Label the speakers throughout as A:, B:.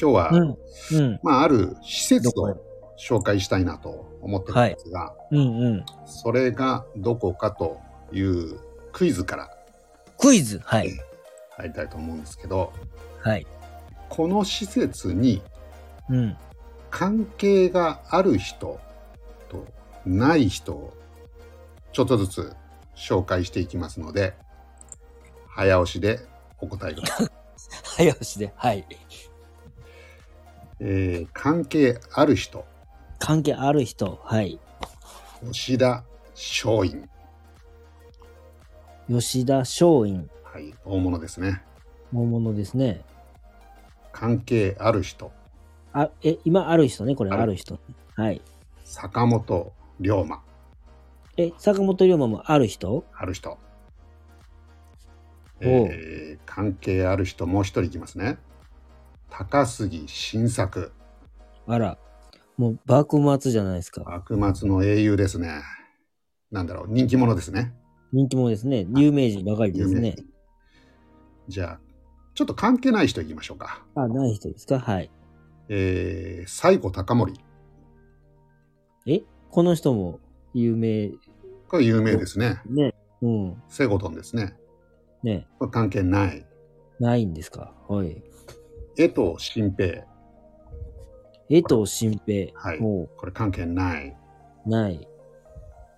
A: 今日は、
B: うん。うん。
A: まあ、ある施設
B: どこへ
A: を紹介したいなと思ってるんですが、
B: うんうん。
A: それがどこかというクイズから
B: クイズ。はい。
A: 入りたいと思うんですけど、
B: はい。
A: この施設に
B: うん。
A: 関係がある人とない人をちょっとずつ紹介していきますので、早押しでお答えくだ さい。
B: 早押しで。はい。
A: えー関係ある人、
B: 関係ある人。はい。
A: 吉田松陰。
B: 吉田松陰。
A: はい、大物ですね。
B: 大物ですね。
A: 関係ある人、
B: あ、え、今ある人ね。これ
A: ある
B: ある人。はい。
A: 坂本龍馬、
B: え、坂本龍馬もある人
A: ある人。
B: おう
A: えー関係ある人、もう一人いきますね。高杉晋作、
B: あら。もう幕末じゃないですか。
A: 幕末の英雄ですね。なんだろう、人気者ですね。
B: 人気者ですね。有名人ばかりですね。
A: じゃあ、ちょっと関係ない人いきましょうか。
B: あ、ない人ですかはい。
A: えー、西郷隆盛、
B: え、この人も有名。
A: これ有名ですね。
B: ね。うん。
A: 西郷どんですね。
B: ね。
A: これ関係ない。
B: ないんですかはい。
A: 江藤新平、
B: 江藤新平。
A: はい
B: も
A: これ関係ない。
B: う、ない。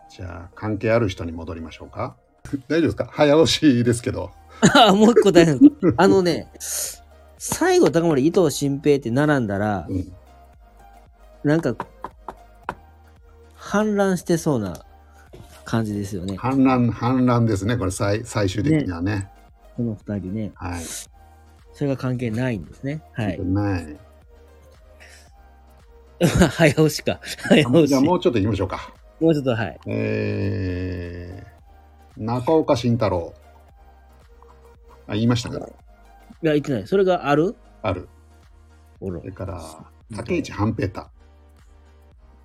A: じゃあ、関係ある人に戻りましょうか。 大丈夫ですか早押しですけど。
B: あ、もう一個大変。あのね、最後、高森、伊藤新平って並んだら、
A: うん
B: なんか、反乱してそうな感じですよね。
A: 反乱、反乱ですね。これ最、最終的にはね。
B: この二人ね。
A: はい。
B: それが関係ないんですね。はい。
A: ない。
B: 早押しか。早押
A: じゃあ、
B: し。も
A: もうちょっと行きましょうか。
B: うちょっと、はい。
A: えー、中岡慎太郎。あ、言いましたか
B: いや、言ってない。それがある
A: ある。
B: おろ
A: それから、竹内半平太。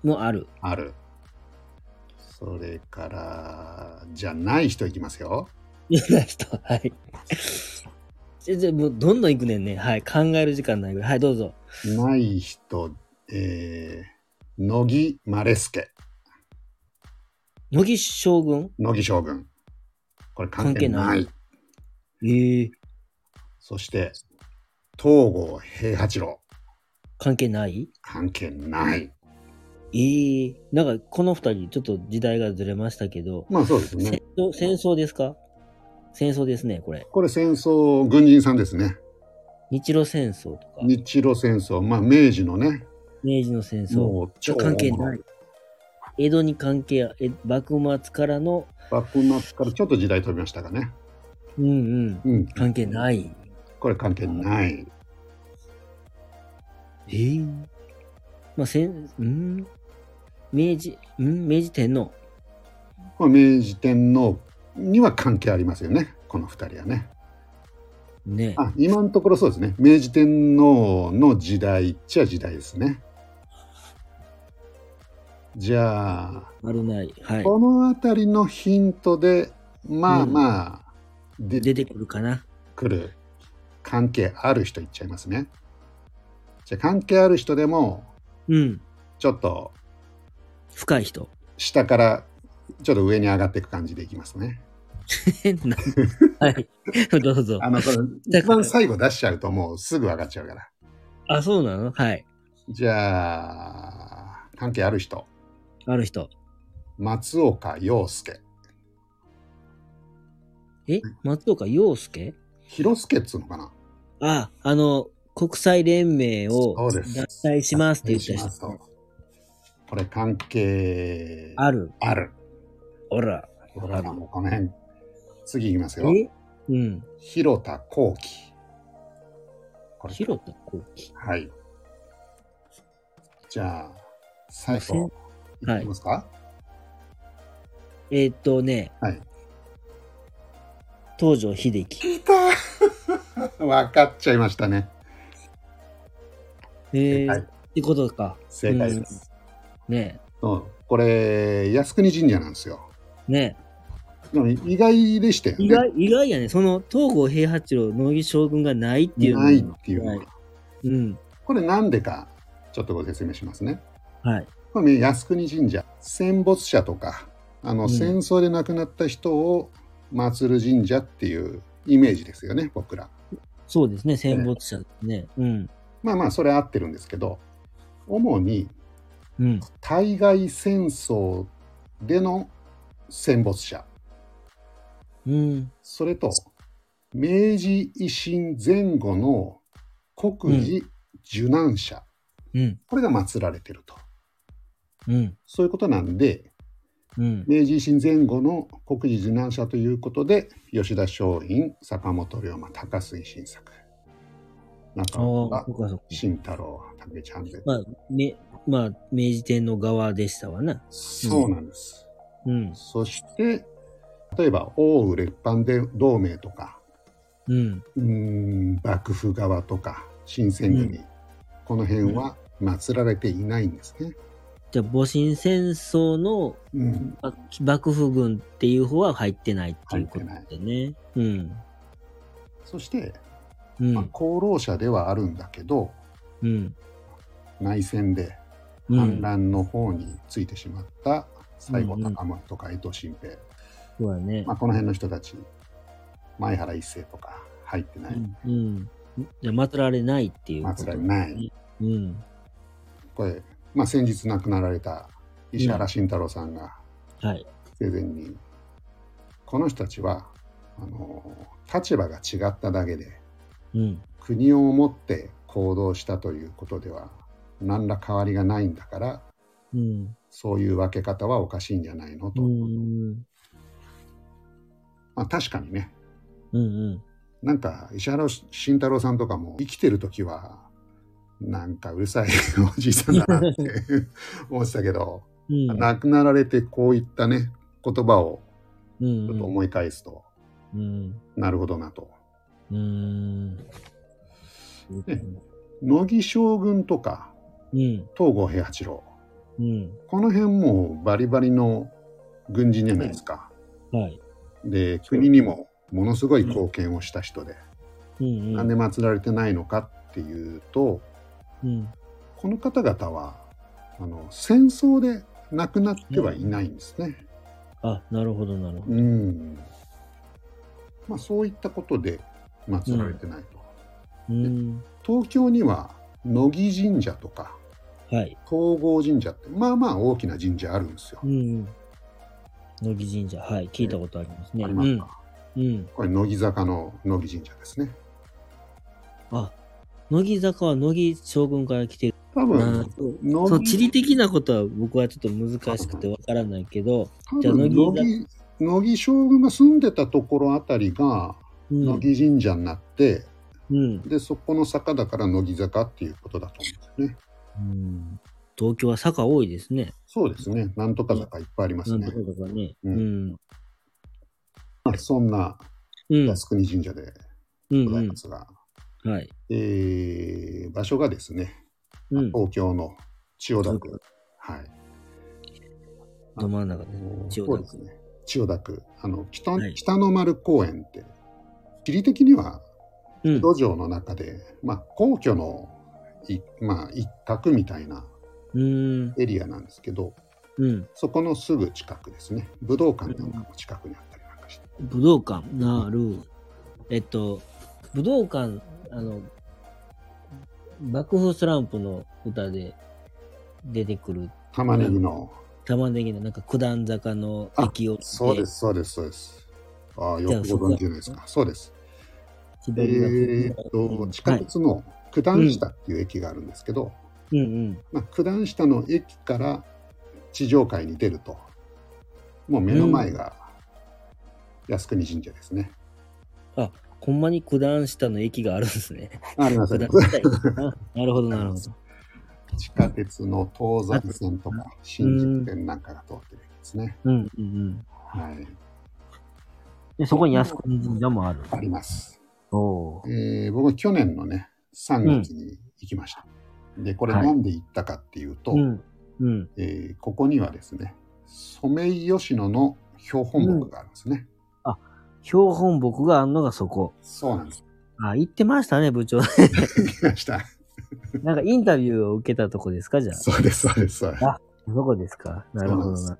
B: もうある。
A: ある。それから、じゃあない人いきますよ。
B: 言えない人。はい。じゃじゃもうどんどん行くねんね。はい。考える時間ないぐらい。はい、どうぞ。
A: ない人、えー、乃木稀助。
B: 乃木将軍
A: 乃木将軍。これ関係ない。
B: 関係ええ
A: そして、東郷平八郎。
B: 関係ない
A: 関係ない。
B: ええなんかこの二人、ちょっと時代がずれましたけど、
A: まあそうですね
B: 戦。争戦争ですか戦争ですね、これ。
A: これ戦争、軍人さんですね。
B: 日露戦争とか、
A: 日露戦争、まあ明治のね、
B: 明治の戦争。
A: もう超
B: 関係ない。江戸に関係あ、え幕末からの、
A: 幕末からちょっと時代飛びましたがね。
B: うんうん、
A: うん。
B: 関係ない。
A: これ関係ない。
B: ええまあ、戦、うん明治、うん明治天皇。
A: まあ、明治天皇には関係ありますよね。この二人はね。
B: ね。
A: あ、今のところそうですね。明治天皇の時代っちゃ時代ですね。じゃあ、
B: あるない。はい。
A: この辺りのヒントでまあ
B: うん
A: まあ、出
B: 出
A: て
B: てくるかな。
A: くる関係ある人いっちゃいますねじゃあ関係ある人でも
B: うん。
A: ちょっと
B: 深い人。
A: 下からちょっと上に上がっていく感じでいきますね
B: 変なはい。どうぞ。
A: あのこれ
B: だ
A: 一
B: から
A: 番最後出しちゃうともうすぐ上がっちゃうから
B: あ、そうなのはい。
A: じゃあ関係ある人
B: ある人。
A: 松岡洋介
B: え松岡洋介
A: 広介っつうのかな
B: あ、あの、国際連盟を
A: そうです
B: 脱退しますって言
A: し
B: っ
A: ま
B: た
A: す
B: 人
A: と。これ関係
B: ある。
A: ある
B: ほら。
A: ほら、もうこの辺。次いきます
B: え
A: よ。
B: うん。
A: 広田幸輝。これ、
B: 広田幸喜。
A: はい。じゃあ、最
B: も
A: 後、いきますか、
B: えーっとね。
A: はい
B: 東条英機。
A: 分かっちゃいましたね。
B: えー
A: は
B: っ
A: い、
B: てことか。
A: 正解です。
B: ね
A: うん、これ、靖国神社なんですよ。
B: え。ねえ。
A: でも意外でしたよね。
B: 意外、意外やね。その、東郷平八郎、乃木将軍がないっていうの
A: ないっていうのは
B: はいうん。
A: これなんでか、ちょっとご説明しますね。
B: はい。
A: これね、靖国神社、戦没者とか、あの、
B: うん
A: 戦争で亡くなった人を祀る神社っていうイメージですよね、僕ら。
B: そうですね、戦没者ですね。うん。
A: まあまあ、それ合ってるんですけど、主に
B: うん。
A: 対外戦争での戦没者、
B: うん。
A: それと、明治維新前後の国事受難者、
B: うん。
A: これが祀られてると。
B: うん。
A: そういうことなんで、
B: うん。
A: 明治維新前後の国事受難者ということで、吉田松陰、坂本龍馬、高須新作、中
B: ああ、
A: 岡
B: そうかそうか。
A: 慎太郎、武ちゃんで。
B: まあ、め、まあ、明治天皇側でしたわな。
A: そうなんです。
B: うん。
A: そして、例えば、奥羽列藩で同盟とか、
B: うん。
A: うーん幕府側とか新選組、この辺は祀られていないんですね。
B: じゃあ、戊辰戦争の
A: うん
B: あ幕府軍っていう方は入ってないっていうこと
A: 入っ
B: でね。うん。
A: そして、
B: う
A: まあ
B: ん。
A: 功労者ではあるんだけど
B: うん。
A: 内戦で
B: う
A: 反
B: ん。
A: 乱の方についてしまった西郷
B: うんうん
A: 隆盛とか江藤新平、
B: そうだね
A: ま。あ、この辺の人たち前原一世とか入ってない、
B: うんうん。じゃあ、祀られないっていうこと。
A: 祀られない
B: うん。
A: これ、まあ、先日亡くなられた石原慎太郎さんが
B: はい。
A: 生前に、この人たちはあの立場が違っただけで
B: うん。
A: 国を思って行動したということでは何ら変わりがないんだから
B: うん。
A: そういう分け方はおかしいんじゃないの
B: う
A: と、
B: ん。
A: まあ、確かにね
B: うん。
A: なんか石原慎太郎さんとかも生きてる時はなんかうるさいおじいさんだなって思ってたけど、
B: うん。
A: 亡くなられてこういったね言葉を
B: うん。
A: ちょっと思い返すと、
B: うん。
A: なるほどなと。
B: うん。
A: 乃木将軍とか
B: うん。
A: 東郷平八郎
B: うん。
A: この辺もうバリバリの軍人じゃないですか。
B: はい。
A: で国にもものすごい貢献をした人で、
B: うん。
A: なんで祀られてないのかっていうと
B: うん。
A: この方々はあの戦争で亡くなってはいないんですね。
B: あ、なるほど、なるほ
A: う
B: ど。
A: んまあ、そういったことで祀られてないと。
B: うん。
A: 東京には乃木神社とか
B: はい。
A: 東郷神社ってまあまあ大きな神社あるんですよ
B: う。ん。乃木神社。はい。聞いたことありますね。
A: あ
B: う
A: ります
B: ん
A: か。
B: うん。
A: これ乃木坂の乃木神社ですね。
B: あ、乃木坂は乃木将軍から来てる
A: 多
B: な
A: 分。
B: そう
A: 乃木
B: そう、地理的なことは僕はちょっと難しくてわからないけど、
A: 多
B: じゃあ
A: 分
B: 乃木坂
A: 乃木乃木将軍が住んでたところあたりが
B: うん。
A: 乃木神社になって、
B: うん。
A: でそこの坂だから乃木坂っていうことだと思うんですよね。
B: うん東京は坂多いですね。
A: そうですね。なんとか坂いっぱいあります
B: なん
A: ね
B: て。ことかね。
A: う
B: うんん。
A: まあそんな
B: うん。
A: 靖国神社で
B: うん
A: ございますが、
B: うん。はい。
A: えー場所がですね、
B: うん。
A: 東京の千代田区。はい。
B: ど真ん中ですね。
A: そ
B: 千
A: う
B: 代
A: で
B: 田
A: す
B: 区。
A: ね。千代田区。あの北,、
B: はい
A: 北の丸公園って、地理的には
B: うん。
A: 土壌の中で、まあ、皇居のい、まあ、一角みたいな
B: うん。
A: エリアなんですけど、
B: うん。
A: そこのすぐ近くですね、武道館なんかも近くにあったりなんかして、
B: 武道館なる。えっと、武道館、あの、幕府スランプの歌で出てくる
A: 玉ねぎの、
B: 玉ねぎのなんか九段坂の駅を。
A: そうですす、そうです、そうです。ああ、
B: じゃ
A: よ
B: あ
A: くご存知じゃないですか。そうです。え
B: 左が
A: ーっと、地下
B: はい
A: 鉄の九段下っていう駅があるんですけど、
B: うんうん。
A: まあ、九段下の駅から地上界に出ると、もう目の前が靖国神社ですね。
B: ほんまに九段下の駅があるんです ね。
A: あります
B: 九
A: ね
B: 段。下駅。あなるほど、なるほど。
A: 地下鉄の東西線とか新宿線なんかが通ってるんですね。
B: うんうんうん。
A: はい、
B: でそこに靖国神社もある。
A: あります。
B: おおー。
A: えー僕去年のね3月に行きました。でこれ
B: はい
A: なんで行ったかっていうと、
B: うん。うん。
A: えーここにはですねソメイヨシノの標本木があるんですね。
B: 標本木があんのがそこ。
A: そうなんです。
B: あ、行ってましたね、部長。
A: 行きました。
B: なんかインタビューを受けたとこですかじゃあ。そ
A: そうです、そうです、そうです。
B: あこですかなるほど
A: そうな
B: な。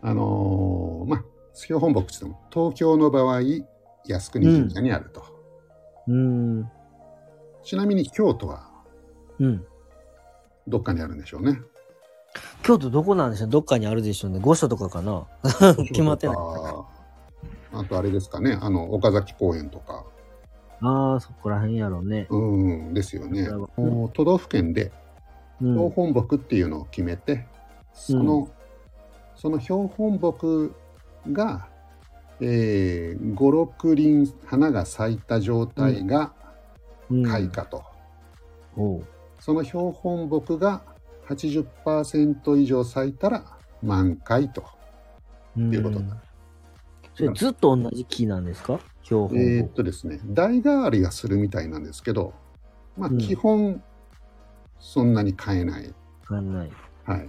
A: あのーまあ、標本木地でも、東京の場合、靖国神社にあると。
B: うーん。
A: ちなみに京都は
B: うん。
A: どっかにあるんでしょうね。
B: 京都どこなんでしょうどっかにあるでしょうね。御所とかかな 決まってない。
A: あーあとあれですかね、あの、岡崎公園とか。
B: ああ、そこら辺やろうね。
A: うん、ですよね。
B: うん
A: もう都道府県で
B: うん
A: 標本木っていうのを決めて、その、その標本木が、えー、56輪花が咲いた状態が
B: うん
A: 開花と、
B: おう
A: その標本木が80%以上咲いたら満開と
B: うん
A: いうことになる。
B: それずっと同じ木なんですか標本木。
A: えーっとですね代替わりがするみたいなんですけど、まあ、
B: うん
A: 基本そんなに変えない、
B: わかんない。
A: はい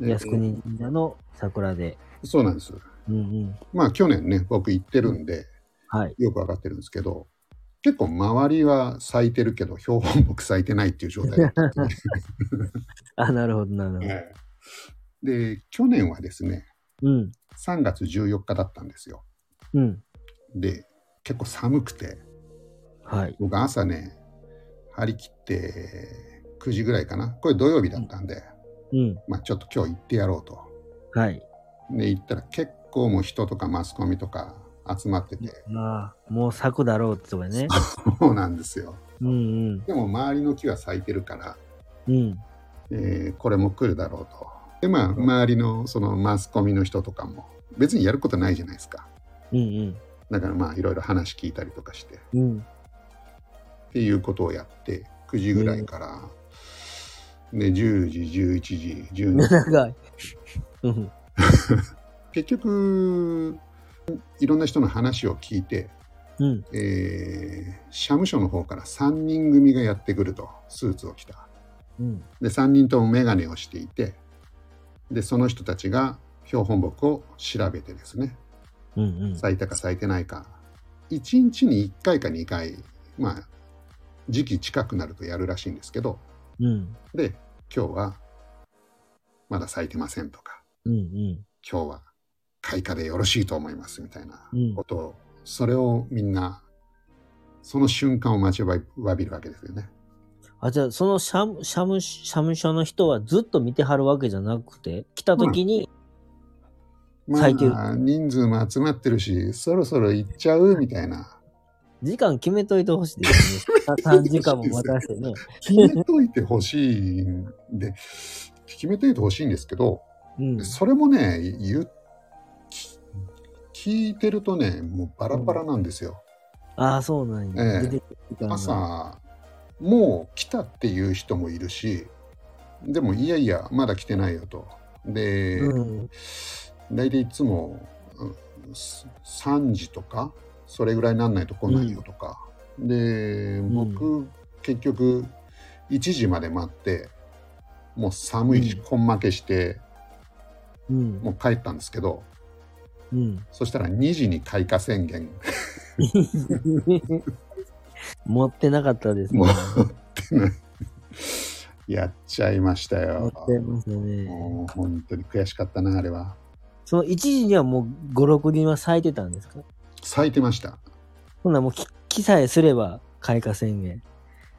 A: で
B: 靖国神社の桜で。
A: そうなんです
B: うんうん。
A: まあ去年ね僕行ってるんで、
B: はい。
A: よくわかってるんですけど結構周りは咲いてるけど標本木咲いてないっていう状態だったんですね
B: あ、なるほど、なるほど。
A: はいで去年はですね
B: うん。
A: 3月14日だったんですよ
B: うん。
A: で結構寒くて
B: はい。
A: 僕朝ね張り切って9時ぐらいかなこれ土曜日だったんで、
B: うん。
A: まあ、ちょっと今日行ってやろうと
B: はい。
A: で行ったら結構もう人とかマスコミとか集まって て
B: まあ、もう咲くだろうってことね。
A: そうなんですよ
B: うんうん。
A: でも周りの木は咲いてるから、
B: うん。
A: えーこれも来るだろうとでまあ周りのそのマスコミの人とかも別にやることないじゃないですか
B: うん
A: だからまあいろいろ話聞いたりとかして
B: うん。うん。
A: っていうことをやって9時ぐらいから、で10時11時12時
B: 長い。うん。
A: 結局いろんな人の話を聞いて、
B: うん。
A: えー社務所の方から3人組がやってくるとスーツを着た
B: うん。
A: で3人とも眼鏡をしていてでその人たちが標本木を調べてですね
B: うんうん。
A: 咲いたか咲いてないか1日に1回か2回まあ時期近くなるとやるらしいんですけど
B: うん。
A: で今日はまだ咲いてませんとか
B: うんうん。
A: 今日は開花でよろしいと思いますみたいな
B: うん
A: ことを、それをみんなその瞬間を待ちわびるわけですよね。
B: あ、じゃあ、その社務、社務、社務所の人はずっと見てはるわけじゃなくて、来た時に、
A: ま
B: 咲いてる
A: あ人数も集まってるしそろそろ行っちゃうみたい な
B: 時間決めといてほしいですね。3時間も待たせてね。
A: 決めといてほしいんで決めといてほしいんですけど
B: うん。
A: それもね言うき聞いてるとねもうバラバラなんですよ。
B: ああ、そうなんや。
A: ええ
B: 出てくる時間が
A: 朝もう来たっていう人もいるしでもいやいやまだ来てないよとで、
B: うん。
A: 大体いつもうんす3時とかそれぐらいになんないと来ないよとか、で僕、結局1時まで待ってもう寒いし
B: うん
A: 根負けして、
B: うん。
A: もう帰ったんですけど
B: うん。
A: そしたら2時に開花宣言
B: 持ってなかったですね。
A: もう
B: 持
A: ってない やっちゃいましたよ。
B: ってますよね。
A: もう本当に悔しかったな、あれは。
B: その1時にはもう5、6輪は咲いてたんですか
A: 咲いてました。
B: ほんならもうき、記さえすれば開花宣言。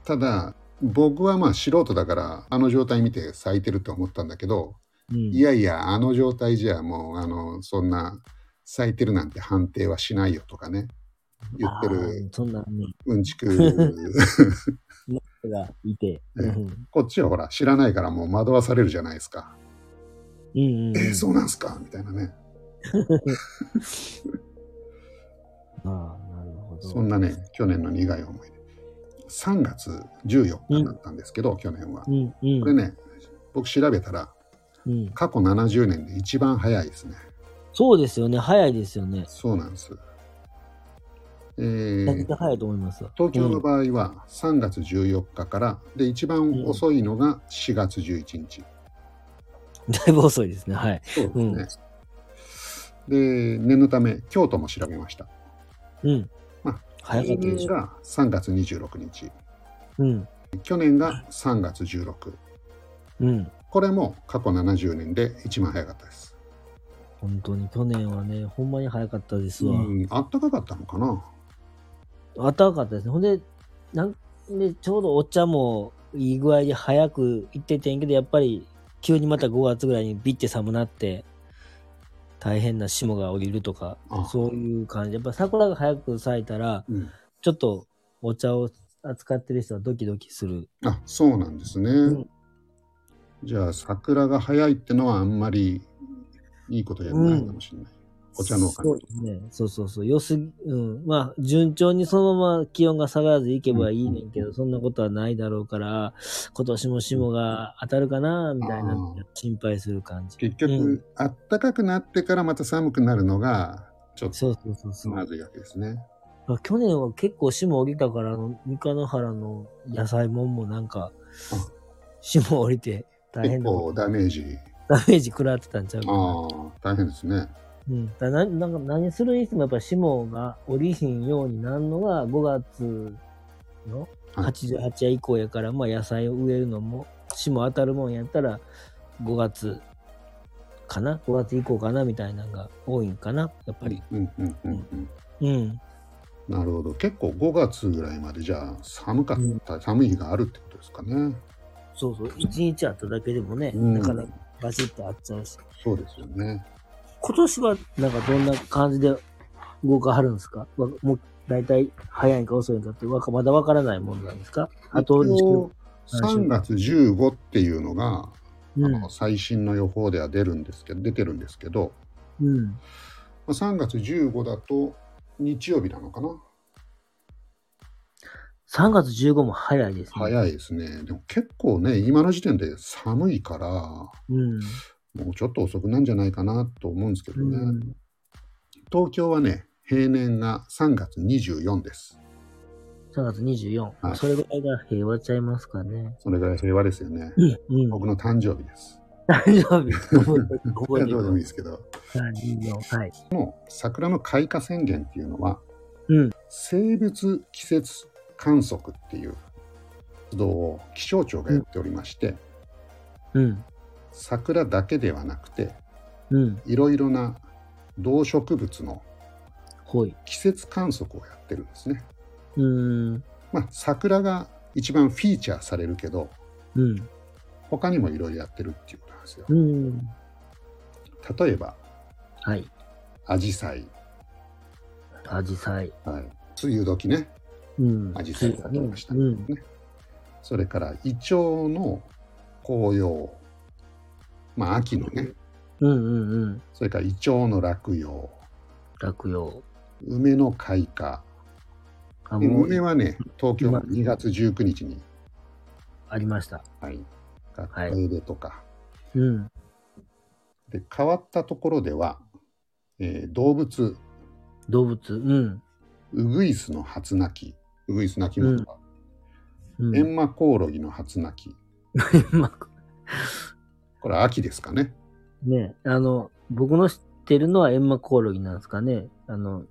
A: ただ、僕はまあ素人だから、あの状態見て咲いてると思ったんだけど、
B: うん。
A: いやいや、あの状態じゃもう、あの、そんな、咲いてるなんて判定はしないよとかね、言ってる
B: あーそんなね、
A: うんちく、
B: 人がいて。
A: ええ
B: うん
A: こっちはほら、知らないからもう惑わされるじゃないですか。
B: うんうん。
A: えー そうなんすかみたいなね。
B: ああ、なるほど。
A: そんなね、去年の苦い思い出。3月14日だったんですけど、去年は
B: う。んうん。
A: これね、僕調べたら、
B: うん。
A: 過去70年で一番早いですね。
B: そうですよね。早いですよね。
A: そうなんです。え
B: めちゃく
A: ー
B: ちゃ早いと思います。
A: 東京の場合は3月14日から、で、一番遅いのが4月11日。
B: うんだいぶ遅いですね。はい。
A: そうですね。で、念のため、京都も調べました。
B: うん
A: まあ。
B: 早かったで
A: 平
B: し
A: 年
B: ょ。
A: が3月26日。
B: うん。
A: 去年が3月16
B: うん。
A: これも過去70年で一番早かったです
B: 本当に去年はね、ほんまに早かったですわ。
A: うんあったかかったのかな
B: 暖かかったですね。ほんで、なんでちょうどお茶もいい具合で早く行っててんけど、やっぱり急にまた5月ぐらいにビッて寒なって、大変な霜が降りるとか
A: あ、
B: そういう感じ。やっぱ桜が早く咲いたら、
A: うん
B: ちょっとお茶を扱ってる人はドキドキする。
A: あそうなんですね、
B: うん
A: じゃあ桜が早いってのはあんまりいいことじゃないかもしれない、お茶農家
B: そう
A: に
B: ですね。そうそうそう。良すぎ、うん。まあ、順調にそのまま気温が下がらずいけばいいねんけど、そんなことはないだろうから、今年も霜が当たるかな、みたい
A: あ
B: な
A: ー
B: 心配する感じ。
A: 結局、
B: うん
A: あったかくなってからまた寒くなるのがちょっと
B: そうそうそうそう。
A: まずいわけですね
B: まあ去年は結構霜降りたから、あの三河の原の野菜もんもなんか
A: あ、
B: 霜降りて大
A: 結
B: 変なこ
A: 構ダメージ
B: とダメージ食らってたんちゃうか
A: ああ
B: な。
A: 大変ですね
B: うん、だななんか何するにしてもやっぱり霜が降りひんようになるのが5月の
A: はい
B: 88夜以降やから、まあ野菜を植えるのも霜当たるもんやったら5月かな5月以降かなみたいなのが多いんかなやっぱり
A: うんうんうんうん
B: うん
A: なるほど結構5月ぐらいまでじゃあ寒かった、寒い日があるってことですかね
B: そうそう1日あっただけでもね、
A: うん
B: なかなかバシッとあっちゃうし
A: そうですよね
B: 今年はなんかどんな感じで動かはるんですかわもう大体早いんか遅いんかってわかまだわからないもんなんですかあと
A: 一応
B: 週来週
A: 3月15っていうのが、
B: う
A: あ
B: ん
A: の最新の予報では出るんですけど出てるんですけど、
B: うん
A: まあ、3月15だと日曜日なのかな、
B: 3月15も早いですね。い。
A: 早いですねでも結構ね今の時点で寒いから
B: うん。
A: もうちょっと遅くなんじゃないかなと思うんですけどね、
B: うん
A: 東京はね平年が3月24です
B: 3月24。
A: はい
B: それぐらいが平和ちゃいますかね。
A: それぐらい平和ですよね
B: うん。うん、
A: 僕の誕生日です
B: 大丈夫。覚えてる
A: い
B: 覚え
A: や
B: て
A: どうで もいい
B: る。
A: ですけど
B: 34。はい。
A: 桜の開花宣言っていうのは、
B: うん
A: 生物季節観測っていう活動を気象庁がやっておりまして、
B: うん。
A: 桜だけではなくて
B: うん。
A: いろいろな動植物の
B: ほい。
A: 季節観測をやってるんですね。
B: うーん。
A: まあ、桜が一番フィーチャーされるけど
B: うん。
A: 他にもいろいろやってるっていうことなんですよ。
B: うん。
A: 例えば
B: はい。
A: アジサイ、
B: アジサイ。
A: はい、梅雨時ね
B: うん。
A: アジサイが出ました、
B: うん。うん
A: ね、それからイチョウの紅葉まあ秋のね
B: うんうんうん。
A: それからイチョウの落葉
B: 落葉。
A: 梅の開花
B: あ、
A: で
B: も
A: 梅
B: う
A: はね東京は2月19日に、
B: ありました。
A: はい、
B: はい
A: 学校でとか、
B: うん。
A: で変わったところでは、えー動物
B: 動物。うん。
A: ウグイスの初鳴きウグイス鳴き物とか、
B: うん。
A: エンマコオロギの初鳴き
B: う まく
A: これは秋ですかね
B: ねあの、僕の知ってるのはエンマコオロギなんですかね。あの、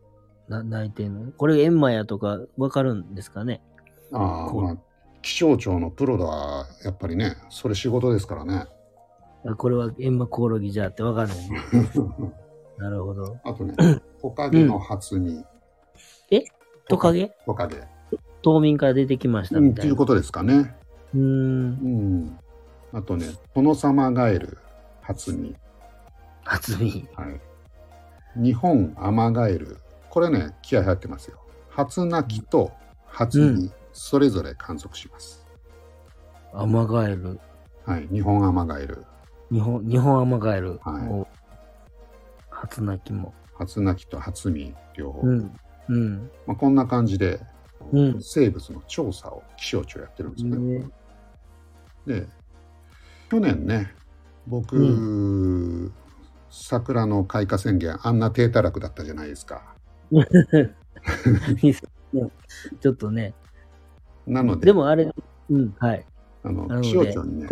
B: な泣いてるの。これエンマやとかわかるんですかね。
A: ああ、
B: こう
A: まあ、気象庁のプロだはやっぱりねそれ仕事ですからね
B: あこれはエンマコオロギじゃってわかるんない。なるほど。
A: あとねトカゲの初に
B: えトカゲ
A: トカゲ、
B: 冬眠から出てきました
A: うん、
B: み
A: と
B: た
A: い
B: いうな。
A: ことですかね
B: うーん。
A: うんあとね殿様ガエル初に
B: 初見。
A: はい。日本アマガエル。これね、気合入ってますよ。初鳴きと初
B: う
A: にそれぞれ観測します。
B: アマガエル。
A: はい。日本アマガエル。
B: 日本、日本アマガエル。
A: はい
B: お初鳴きも。
A: 初鳴きと初見両方。
B: うん。うん。
A: まあ、こんな感じで、
B: うん
A: 生物の調査を気象庁やってるんですよね。
B: ね
A: で、去年ね、僕、桜の開花宣言あんな低たらくだったじゃないですか。
B: ちょっとね。
A: なので、
B: でもあれ、うん。はい。
A: あの
B: なので
A: 気象庁にね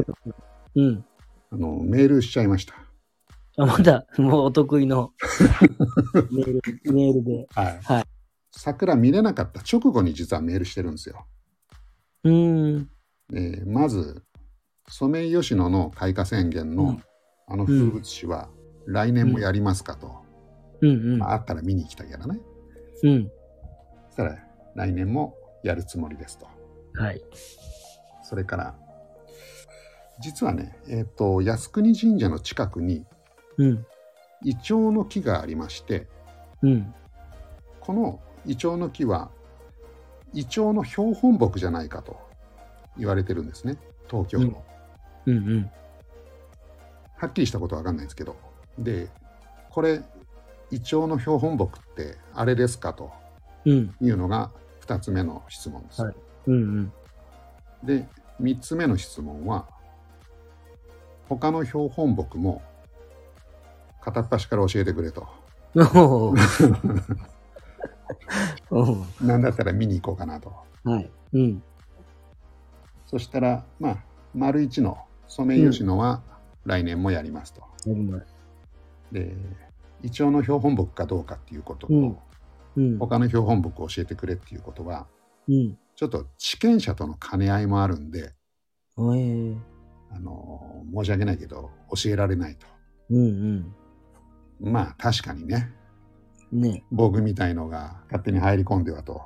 B: うん。
A: あの、メールしちゃいました。
B: あ、まだ、もうお得 意のメール、メールで。
A: はい。
B: はい
A: 桜見れなかった直後に実はメールしてるんですよ。
B: うーん。
A: えーまずソメイヨシノの開花宣言の、
B: うん
A: あの風物詩は来年もやりますかと、
B: うんうん
A: まあ、あったら見に行きたいからね
B: うん。
A: そしたら来年もやるつもりですと
B: はい。
A: それから実はね、えー、と靖国神社の近くに
B: うん。
A: イチョウの木がありまして
B: うん。
A: このイチョウの木はイチョウの標本木じゃないかと言われてるんですね東京の、
B: うんうんうん。
A: はっきりしたことは分かんないんですけどでこれイチョウの標本木ってあれですかと
B: うん。
A: いうのが2つ目の質問です、
B: はいうんうん。
A: で3つ目の質問は他の標本木も片っ端から教えてくれと
B: おーお
A: 何だったら見に行こうかなと
B: ーはい。うん。
A: そしたらまあ丸一のソメイヨシノは来年もやりますと、
B: やります。
A: でイチョウの標本木かどうかっていうことと、
B: うんうん。
A: 他の標本木を教えてくれっていうことは
B: うん。
A: ちょっと知見者との兼ね合いもあるんで、
B: おえー。
A: あの申し訳ないけど教えられないと
B: うん
A: まあ確かにね
B: うん。ね。
A: 僕みたいのが勝手に入り込んではと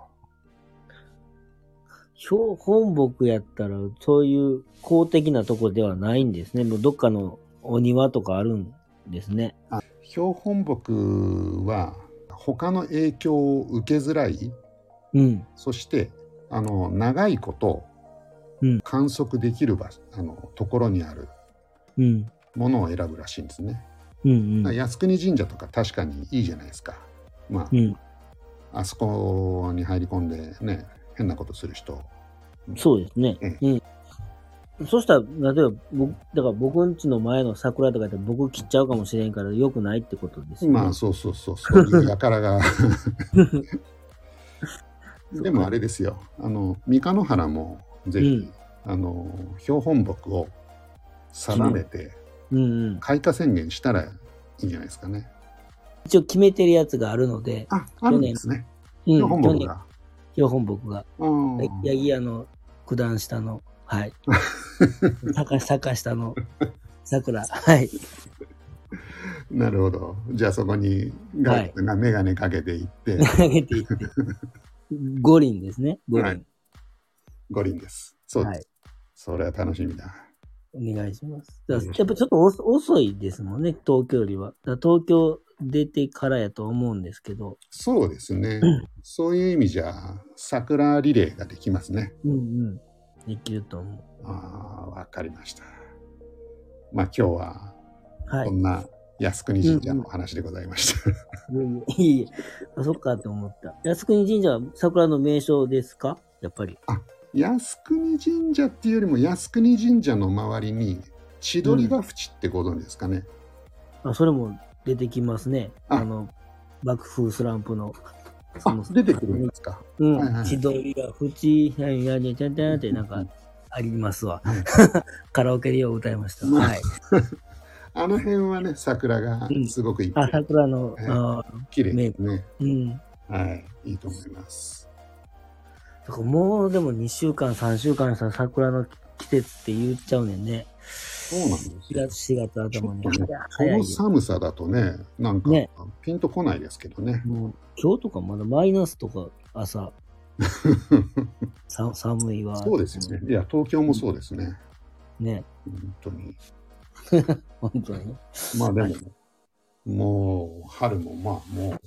B: 標本木やったら、そういう公的なとこではないんですね。もうどっかのお庭とかあるんですね。
A: 標本木は他の影響を受けづらい
B: うん。
A: そしてあの長いこと
B: うん
A: 観測できる場所、あのところにある
B: うん。
A: ものを選ぶらしいんですね。
B: うん
A: だ
B: う
A: から
B: ん。
A: 靖国神社とか確かにいいじゃないですか。まあ、
B: うん。
A: あそこに入り込んでね変なことする人
B: そうですね。うん。そしたら、例えば、僕、だから僕んちの前の桜とかやって僕切っちゃうかもしれんから良くないってことですよね。
A: まあそうそうそうそう いうやからがでもあれですよあの三日野原もぜひ、
B: うん
A: あの標本木を定めて
B: うんうん。
A: 開花宣言したらいいんじゃないですかね
B: 一応決めてるやつがあるので、
A: ああるんですね
B: うん
A: 標本
B: 去
A: 木
B: 年、
A: が、
B: 標本木が、
A: うん
B: 八木屋の九段下の、はい。 坂坂下の桜。はい。
A: なるほどじゃあそこにガイドが眼鏡かけていって、
B: 投げていって。五輪ですね。 五輪。
A: はい五輪ですそうです、
B: はい
A: それは楽しみだ
B: お願いします。だからやっぱちょっと遅遅いですもんね、東京よりは。だから東京出てからやと思うんですけど。
A: そうですね、
B: うん
A: そういう意味じゃ桜リレーができますね
B: うんうん。できると思う。
A: ああ、わかりました。まあ今日は
B: はい
A: こ。んな靖国神社のお話でございました。
B: いえいえ。あ、そっかと思った。靖国神社は桜の名所ですかやっぱり。
A: 靖国神社っていうよりも靖国神社の周りに千鳥ヶ淵ってご存知ですかね。
B: あ、それも出てきますね。
A: あ
B: あの、爆風スランプの。
A: あ、出てくるんですか。
B: う
A: はいは
B: ん。
A: い
B: 千鳥が縁、やんやんやんやんやんってなんかありますわ
A: はい。
B: カラオケでよう歌いました。
A: まあ
B: はい。
A: あの辺はね、桜がすごくいっぱ
B: あ、
A: い
B: 桜の、
A: はい
B: あ
A: 綺麗ですね。
B: うん。
A: はい、いいと思います。
B: だからもうでも2週間、3週間したら桜の季節って言っちゃうねんね。
A: そうなんです
B: 4
A: よ。
B: 月、4月頭に。
A: ちょっとね
B: いや
A: こ
B: 早い
A: の
B: よ。
A: 寒さだとね、なんか
B: ね
A: ピンとこないですけどね。
B: もう今日とかまだマイナスとか 朝、さ寒いわ。
A: そうですよね。いや、東京もそうですね。
B: ね。
A: 本当に。
B: 本当に。
A: まあでも、もう春もまあもう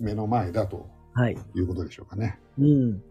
A: 目の前だと
B: はい。
A: いうことでしょうかね。
B: うん。